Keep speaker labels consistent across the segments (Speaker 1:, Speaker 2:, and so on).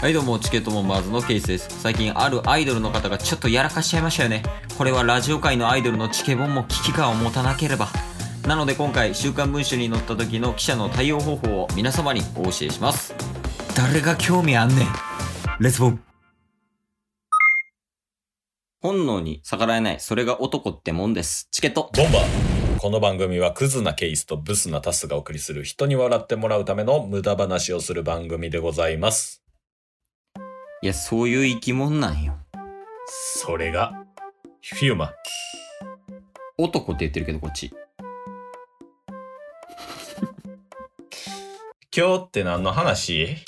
Speaker 1: はいどうもチケットボンバーズのケイスです最近あるアイドルの方がちょっとやらかしちゃいましたよねこれはラジオ界のアイドルのチケボンも危機感を持たなければなので今回「週刊文春」に載った時の記者の対応方法を皆様にお教えします誰が興味あんねんレッツボン本能に逆らえないそれが男ってもんですチケット
Speaker 2: ボンバーこの番組はクズなケイスとブスなタスがお送りする人に笑ってもらうための無駄話をする番組でございます。
Speaker 1: いやそういう生き物なんよ
Speaker 2: それが、フィウマ。
Speaker 1: 男って言ってるけどこっち
Speaker 2: 今日って何の話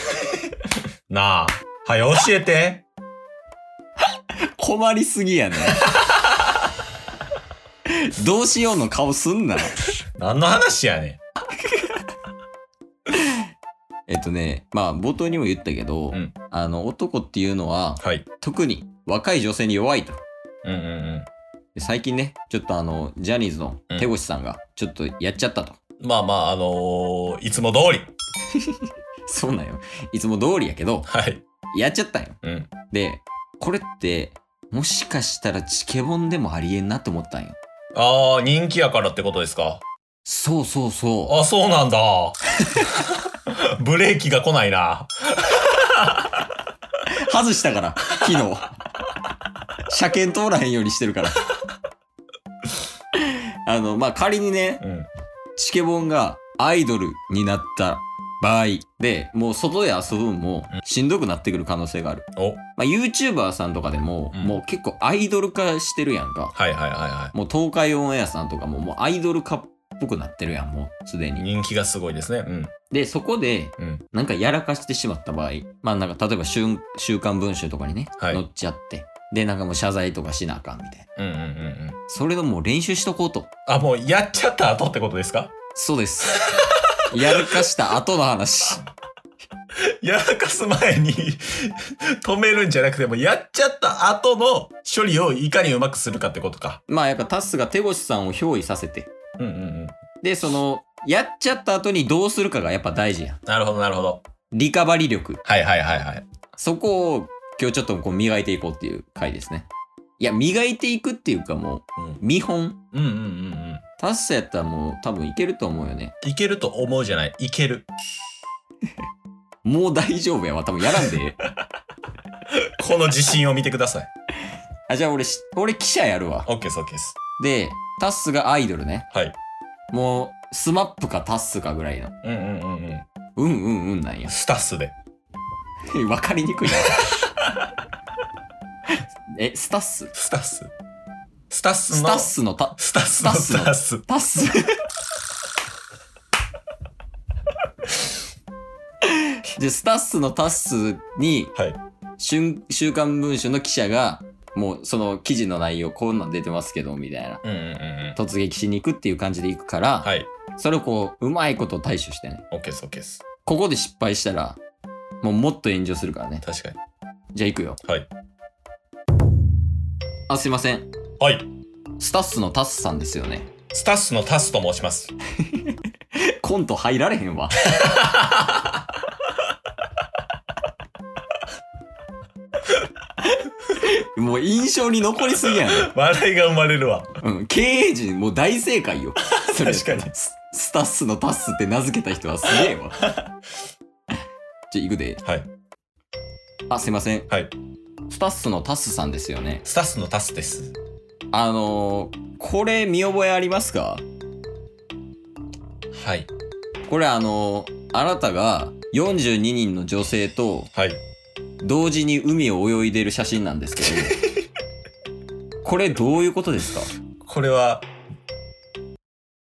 Speaker 2: なあ、はよ教えて。
Speaker 1: 困りすぎや ねどうしようの顔すんな
Speaker 2: 何の話やねん。
Speaker 1: えっとねまあ冒頭にも言ったけど、
Speaker 2: うん
Speaker 1: あの男っていうのは
Speaker 2: はい。
Speaker 1: 特に若い女性に弱いと
Speaker 2: うんうん
Speaker 1: で最近ねちょっとあのジャニーズの手越さんがちょっとやっちゃったと、
Speaker 2: うん。まあまあ、あのーいつも通り。
Speaker 1: そうなんよいつも通りやけど
Speaker 2: はい。
Speaker 1: やっちゃったんよ
Speaker 2: うん。
Speaker 1: でこれってもしかしたらチケボンでもありえんなって思ったんよ
Speaker 2: ああ、人気やからってことですか。
Speaker 1: そうそうそう
Speaker 2: あ、そうなんだ。 ブレーキが来ないな。
Speaker 1: 外したから昨日車検通らへんようにしてるからあのまあ仮にね
Speaker 2: うん。
Speaker 1: チケボンがアイドルになった場合でもう外で遊ぶんもしんどくなってくる可能性がある、
Speaker 2: お、
Speaker 1: まあ、YouTuber さんとかでも、
Speaker 2: うん
Speaker 1: もう結構アイドル化してるやんか
Speaker 2: はいはいはいはい。
Speaker 1: もう東海オンエアさんとかももうアイドル化っぽくなってるやんもうすでに
Speaker 2: 人気がすごいですね。うん。
Speaker 1: でそこで
Speaker 2: うん。
Speaker 1: なんかやらかしてしまった場合まあなんか例えば週「週刊文春」とかにね、
Speaker 2: はい
Speaker 1: 載っちゃってでなんかもう謝罪とかしなあかんみたいな
Speaker 2: うんうんうんうん。
Speaker 1: それのもう練習しとこうと
Speaker 2: あ、もうやっちゃった後ってことですか
Speaker 1: そうですやらかした後の話
Speaker 2: やらかす前に 止めるんじゃなくても、やっちゃった後の処理をいかにうまくするかってことか。
Speaker 1: まあやっぱタスが手越さんを憑依させて
Speaker 2: うんうんうん。
Speaker 1: でそのやっちゃった後にどうするかがやっぱ大事やん
Speaker 2: なるほどなるほど。
Speaker 1: リカバリ力
Speaker 2: はいはいはいはい。
Speaker 1: そこを今日ちょっとこう磨いていこうっていう回ですねいや磨いていくっていうかも
Speaker 2: うん
Speaker 1: う見本
Speaker 2: うんうんうんうん。
Speaker 1: タスやったらもう多分いけると思うよね
Speaker 2: いけると思うじゃない。いける。
Speaker 1: もう大丈夫やわ多分やらんでえ え
Speaker 2: この自信を見てください。
Speaker 1: あじゃあ俺し俺記者やるわ
Speaker 2: オッケーですオッケーです。
Speaker 1: でタスがアイドルね
Speaker 2: はい。
Speaker 1: もうスマップかタッスかぐらいの
Speaker 2: うんうんうんうん。
Speaker 1: うんうんうんなんや
Speaker 2: スタッスで。
Speaker 1: わかりに くいなえスタッス
Speaker 2: スタッス。スタッス
Speaker 1: ス
Speaker 2: の
Speaker 1: タッ。スのタ
Speaker 2: スタッスの
Speaker 1: スタ
Speaker 2: ス
Speaker 1: ッ
Speaker 2: タッス。
Speaker 1: タッス でスタッスのタッスに
Speaker 2: はい。
Speaker 1: 瞬週刊文春の記者がもうその記事の内容こんなん出てますけどみたいな
Speaker 2: うんうんうんうん。
Speaker 1: 突撃しに行くっていう感じで行くから、
Speaker 2: はい。
Speaker 1: それをこううまいこと対処してね
Speaker 2: オッケーですオッケーです。
Speaker 1: ここで失敗したらもうもっと炎上するからね
Speaker 2: 確かに。
Speaker 1: じゃあ行くよ
Speaker 2: はい
Speaker 1: あすいません
Speaker 2: はい。
Speaker 1: スタッスのタッスさんですよね
Speaker 2: スタッスのタスと申します。
Speaker 1: コント入られへん わ。もう印象に残りすぎやね
Speaker 2: 笑いが生まれるわ。
Speaker 1: うん、経営陣もう大正解よ。それ
Speaker 2: 確かに
Speaker 1: ス。スタッスのタッスって名付けた人はすげ えわ。じゃあ行くで。
Speaker 2: はい。
Speaker 1: あ、すいません。
Speaker 2: はい。
Speaker 1: スタッスのタッスさんですよね。
Speaker 2: スタスのタスです。
Speaker 1: あのー、これ見覚えありますか
Speaker 2: はい。
Speaker 1: これあのー、あなたが42人の女性と
Speaker 2: はい。
Speaker 1: 同時に海を泳いでる写真なんですけ どこれどういうことですか
Speaker 2: これは、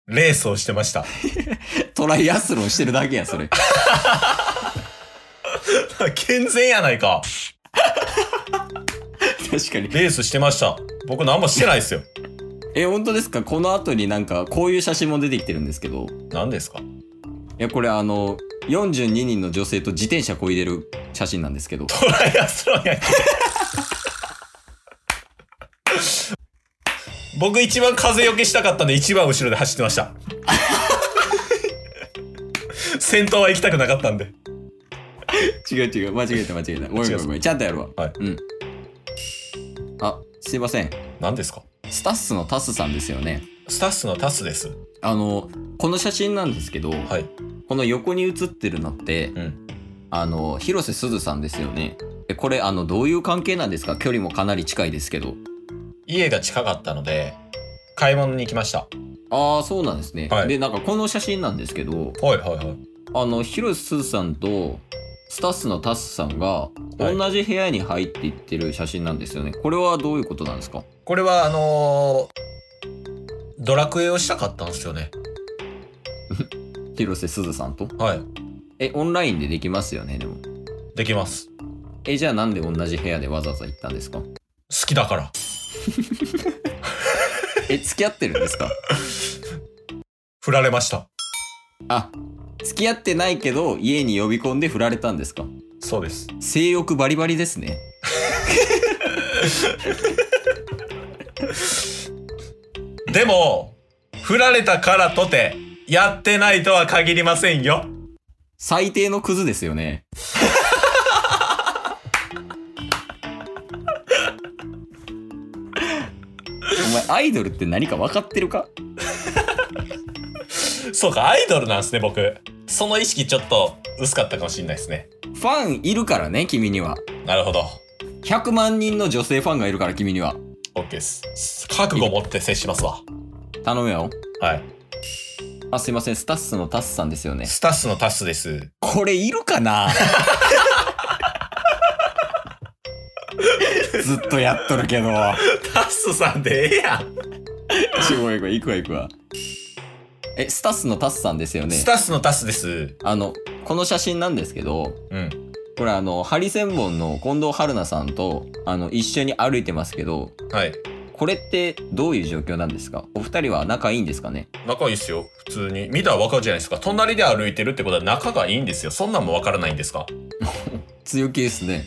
Speaker 2: レースをしてました。
Speaker 1: トライアスロンしてるだけや それ
Speaker 2: 健全やないか。
Speaker 1: 確かに
Speaker 2: レースしてました。僕何もしてないですよ。
Speaker 1: え本当ですかこの後になんかこういう写真も出てきてるんですけど
Speaker 2: 何ですか
Speaker 1: いやこれあの42人の女性と自転車こいでる写真なんですけど
Speaker 2: トライアスロン やんけ。僕一番風よけしたかったんで一番後ろで走ってま した。先頭は行きたくなかったんで。
Speaker 1: 違う違う間違えた間違えたごめんごめんごめんちゃんとやるわ
Speaker 2: はい
Speaker 1: うんあすいません
Speaker 2: 何ですか
Speaker 1: スタッスのタスさんですよね
Speaker 2: スタッスのタスです。
Speaker 1: あのこの写真なんですけど、
Speaker 2: はい。
Speaker 1: この横に写ってるのって、
Speaker 2: うん
Speaker 1: あの広瀬すずさんですよねえこれあのどういう関係なんですか距離もかなり近いですけど
Speaker 2: 家が近かったので、買い物に行きました。
Speaker 1: ああそうなんですね、
Speaker 2: はい
Speaker 1: でなんかこの写真なんですけど
Speaker 2: はいはいはい。
Speaker 1: あの広瀬すずさんとスタッスのタスさんが
Speaker 2: はい
Speaker 1: 同じ部屋に入っていってる写真なんですよね、これはどういうことなんですか
Speaker 2: これはあのードラクエをしたかったんですよね。
Speaker 1: 広瀬すずさんと
Speaker 2: はい。
Speaker 1: えオンラインでできますよねでも
Speaker 2: できます。
Speaker 1: えじゃあなんで同じ部屋でわざわざ行ったんですか
Speaker 2: 好きだから。
Speaker 1: え付き合ってるんですか
Speaker 2: 振られました。
Speaker 1: あ付き合ってないけど家に呼び込んで振られたんですか
Speaker 2: そうです。
Speaker 1: 性欲バリバリですね
Speaker 2: でも、振られたからとて、やってないとは限りませんよ。
Speaker 1: 最低のクズですよね お前アイドルって何か分かってるか
Speaker 2: そうか、アイドルなんですね、僕。その意識ちょっと薄かったかもしれないですね。
Speaker 1: ファンいるからね君には
Speaker 2: なるほど。
Speaker 1: 100万人の女性ファンがいるから君には
Speaker 2: OK です。覚悟持って接しますわ。
Speaker 1: 頼むよ
Speaker 2: はい。
Speaker 1: あすいませんスタッスのタスさんですよね
Speaker 2: スタッスのタスです。
Speaker 1: これいるかな ずっとやっとるけど
Speaker 2: タスさんでええやん。
Speaker 1: ちょごめんごめん行くわ行くわえスタッスのタスさんですよね
Speaker 2: スタッスのタスです。
Speaker 1: あのこの写真なんですけど
Speaker 2: うん。
Speaker 1: これあのハリセンボンの近藤春菜さんとあの一緒に歩いてますけど
Speaker 2: はい。
Speaker 1: これってどういう状況なんですかお二人は仲いいんですかね
Speaker 2: 仲いいっすよ。普通に。見たらわかるじゃないですか。隣で歩いてるってことは仲がいいんですよ。そんなんもわからないんですか
Speaker 1: 強気ですね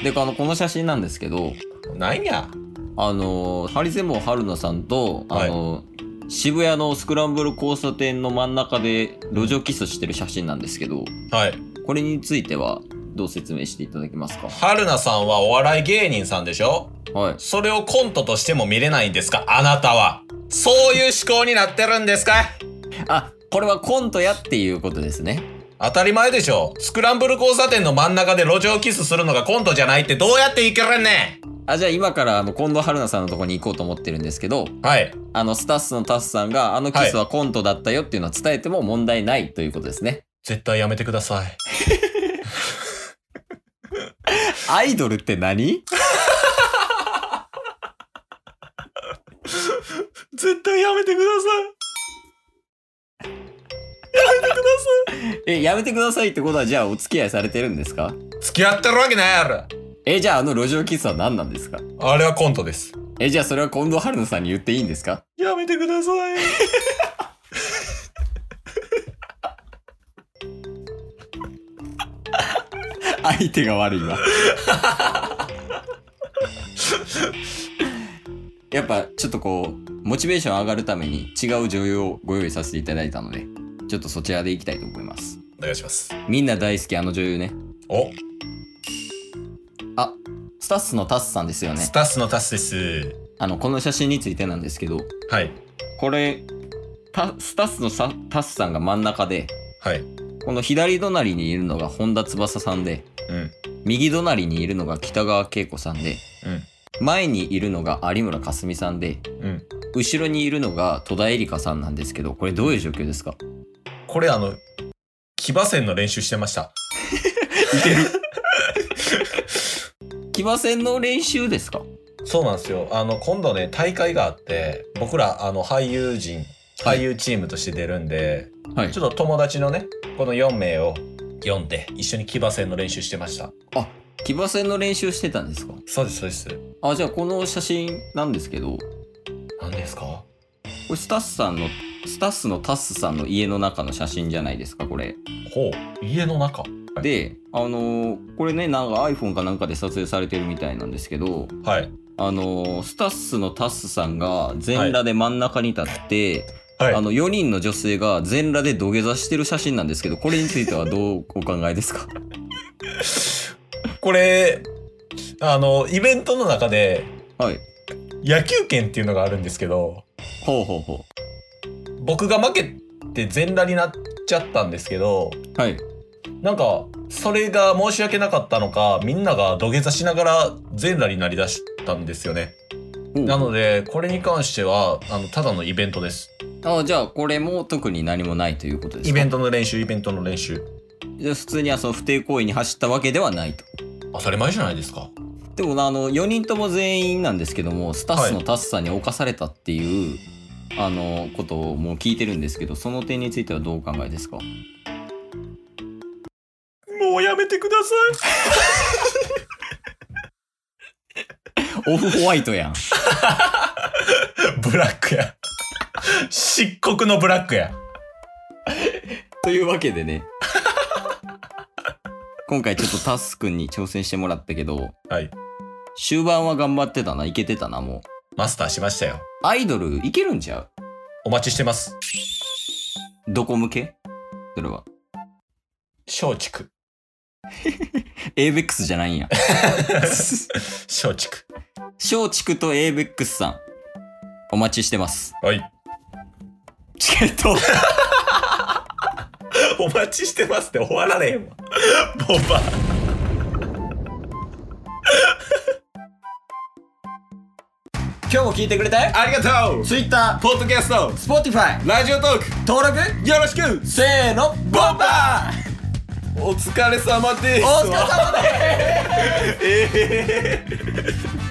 Speaker 2: う
Speaker 1: であのこの写真なんですけど
Speaker 2: ん。なんや。
Speaker 1: あのハリセンボン春菜さんとあの、渋谷のスクランブル交差点の真ん中で路上キスしてる写真なんですけど
Speaker 2: はい。
Speaker 1: これについてはどう説明していただけますか
Speaker 2: 春菜さんはお笑い芸人さんでしょ
Speaker 1: はい
Speaker 2: それをコントとしても見れないんですかあなたは。そういう思考になってるんですか
Speaker 1: あこれはコントやっていうことですね
Speaker 2: 当たり前でしょ。スクランブル交差点の真ん中で路上キスするのがコントじゃないってどうやっていけるんね
Speaker 1: あじゃあ今からあの近藤春菜さんのとこに行こうと思ってるんですけど
Speaker 2: んはい。
Speaker 1: あのスタッフのタスさんがあのキスははコントだったよっていうのは伝えても問題ないということですね、
Speaker 2: 絶対やめてください。
Speaker 1: アイドルって何
Speaker 2: 絶対やめてくださ
Speaker 1: えやめてくださいってことはじゃあお付き合いされてるんですか
Speaker 2: い。付き合ってるわけないやろ。
Speaker 1: えじゃああの路上キスは何なんですか
Speaker 2: あれはコントです。
Speaker 1: えじゃあそれは近藤春菜さんに言っていいんです か
Speaker 2: やめてください。
Speaker 1: 相手が悪 いわやっぱちょっとこうモチベーション上がるために違う女優をご用意させていただいたのでちょっとそちらでいきたいと思います
Speaker 2: お願いします。
Speaker 1: みんな大好きあの女優ね
Speaker 2: お、
Speaker 1: あスタッスのタスさんですよね
Speaker 2: スタスのタスです。
Speaker 1: あのこの写真についてなんですけど
Speaker 2: はい。
Speaker 1: これタスタスのさタスさんが真ん中で
Speaker 2: はい。
Speaker 1: この左隣にいるのが本田翼さんで
Speaker 2: うん。
Speaker 1: 右隣にいるのが北川景子さんで
Speaker 2: うん。
Speaker 1: 前にいるのが有村架純さんで
Speaker 2: うん。
Speaker 1: 後ろにいるのが戸田恵梨香さんなんですけどこれどういう状況ですか
Speaker 2: これあの、騎馬戦の練習してました。
Speaker 1: 騎馬戦の練習ですか
Speaker 2: そうなんですよ。あの、今度ね、大会があって、僕ら、あの、俳優陣、
Speaker 1: はい
Speaker 2: 俳優チームとして出るんで、
Speaker 1: はい
Speaker 2: ちょっと友達のね、この4名を読んで、一緒に騎馬戦の練習してました。
Speaker 1: 騎馬戦の練習してたんですか
Speaker 2: そうです、そうです。
Speaker 1: あじゃあこの写真なんですけど
Speaker 2: 何ですか
Speaker 1: これスタッスさんのスタッスのタッスさんの家の中の写真じゃないですかこれ
Speaker 2: ほう、家の中。はい
Speaker 1: であのーこれねなんか iPhone かなんかで撮影されてるみたいなんですけど
Speaker 2: はい。
Speaker 1: あのースタッスのタッスさんが全裸で真ん中に立って、
Speaker 2: はい。
Speaker 1: あの4人の女性が全裸で土下座してる写真なんですけどこれについてはどうお考えですか
Speaker 2: これ、あの、イベントの中で、
Speaker 1: はい。
Speaker 2: 野球券っていうのがあるんですけど、
Speaker 1: ほうほうほ
Speaker 2: 僕が負けて全裸になっちゃったんですけど、
Speaker 1: う。はい。
Speaker 2: なんか、それが申し訳なかったのか、みんなが土下座しながら全裸になりだしたんですよね。なので、これに関しては、あの、ただのイベントです。
Speaker 1: あじゃあこれも特に何もないということですか
Speaker 2: イベントの練習、イベントの練習。
Speaker 1: じゃあ普通にはその不貞行為に走ったわけではないと。
Speaker 2: 当たり前じゃないですか。
Speaker 1: でもあの4人とも全員なんですけどもスタッフのタスさんに侵されたっていう、あのことをもう聞いてるんですけどその点についてはどうお考えですか
Speaker 2: もうやめてくださ
Speaker 1: オフホワイトやん。
Speaker 2: い。ブラックや。漆黒のブラックや。
Speaker 1: というわけでね今回ちょっとタスくんに挑戦してもらったけど
Speaker 2: はい。
Speaker 1: 終盤は頑張ってたないけてたなもう
Speaker 2: マスターしましたよ。
Speaker 1: アイドルいけるんちゃ
Speaker 2: お待ちしてます。
Speaker 1: うどこ向けそれは
Speaker 2: 松竹。
Speaker 1: ABEX じゃないんや
Speaker 2: 松竹。
Speaker 1: 松竹と ABEX さんお待ちしてます
Speaker 2: はい。
Speaker 1: チケット
Speaker 2: お待ちしてますって終わられへんわ。ボンバー。
Speaker 1: 今日も聞いてくれたよ
Speaker 2: ありがとう
Speaker 1: Twitter、
Speaker 2: ポッドキャスト、
Speaker 1: Spotify
Speaker 2: ラジオトーク、
Speaker 1: 登録
Speaker 2: よろしく
Speaker 1: せーの
Speaker 2: ボンバーお疲れ様です
Speaker 1: お疲れ様です
Speaker 2: ええ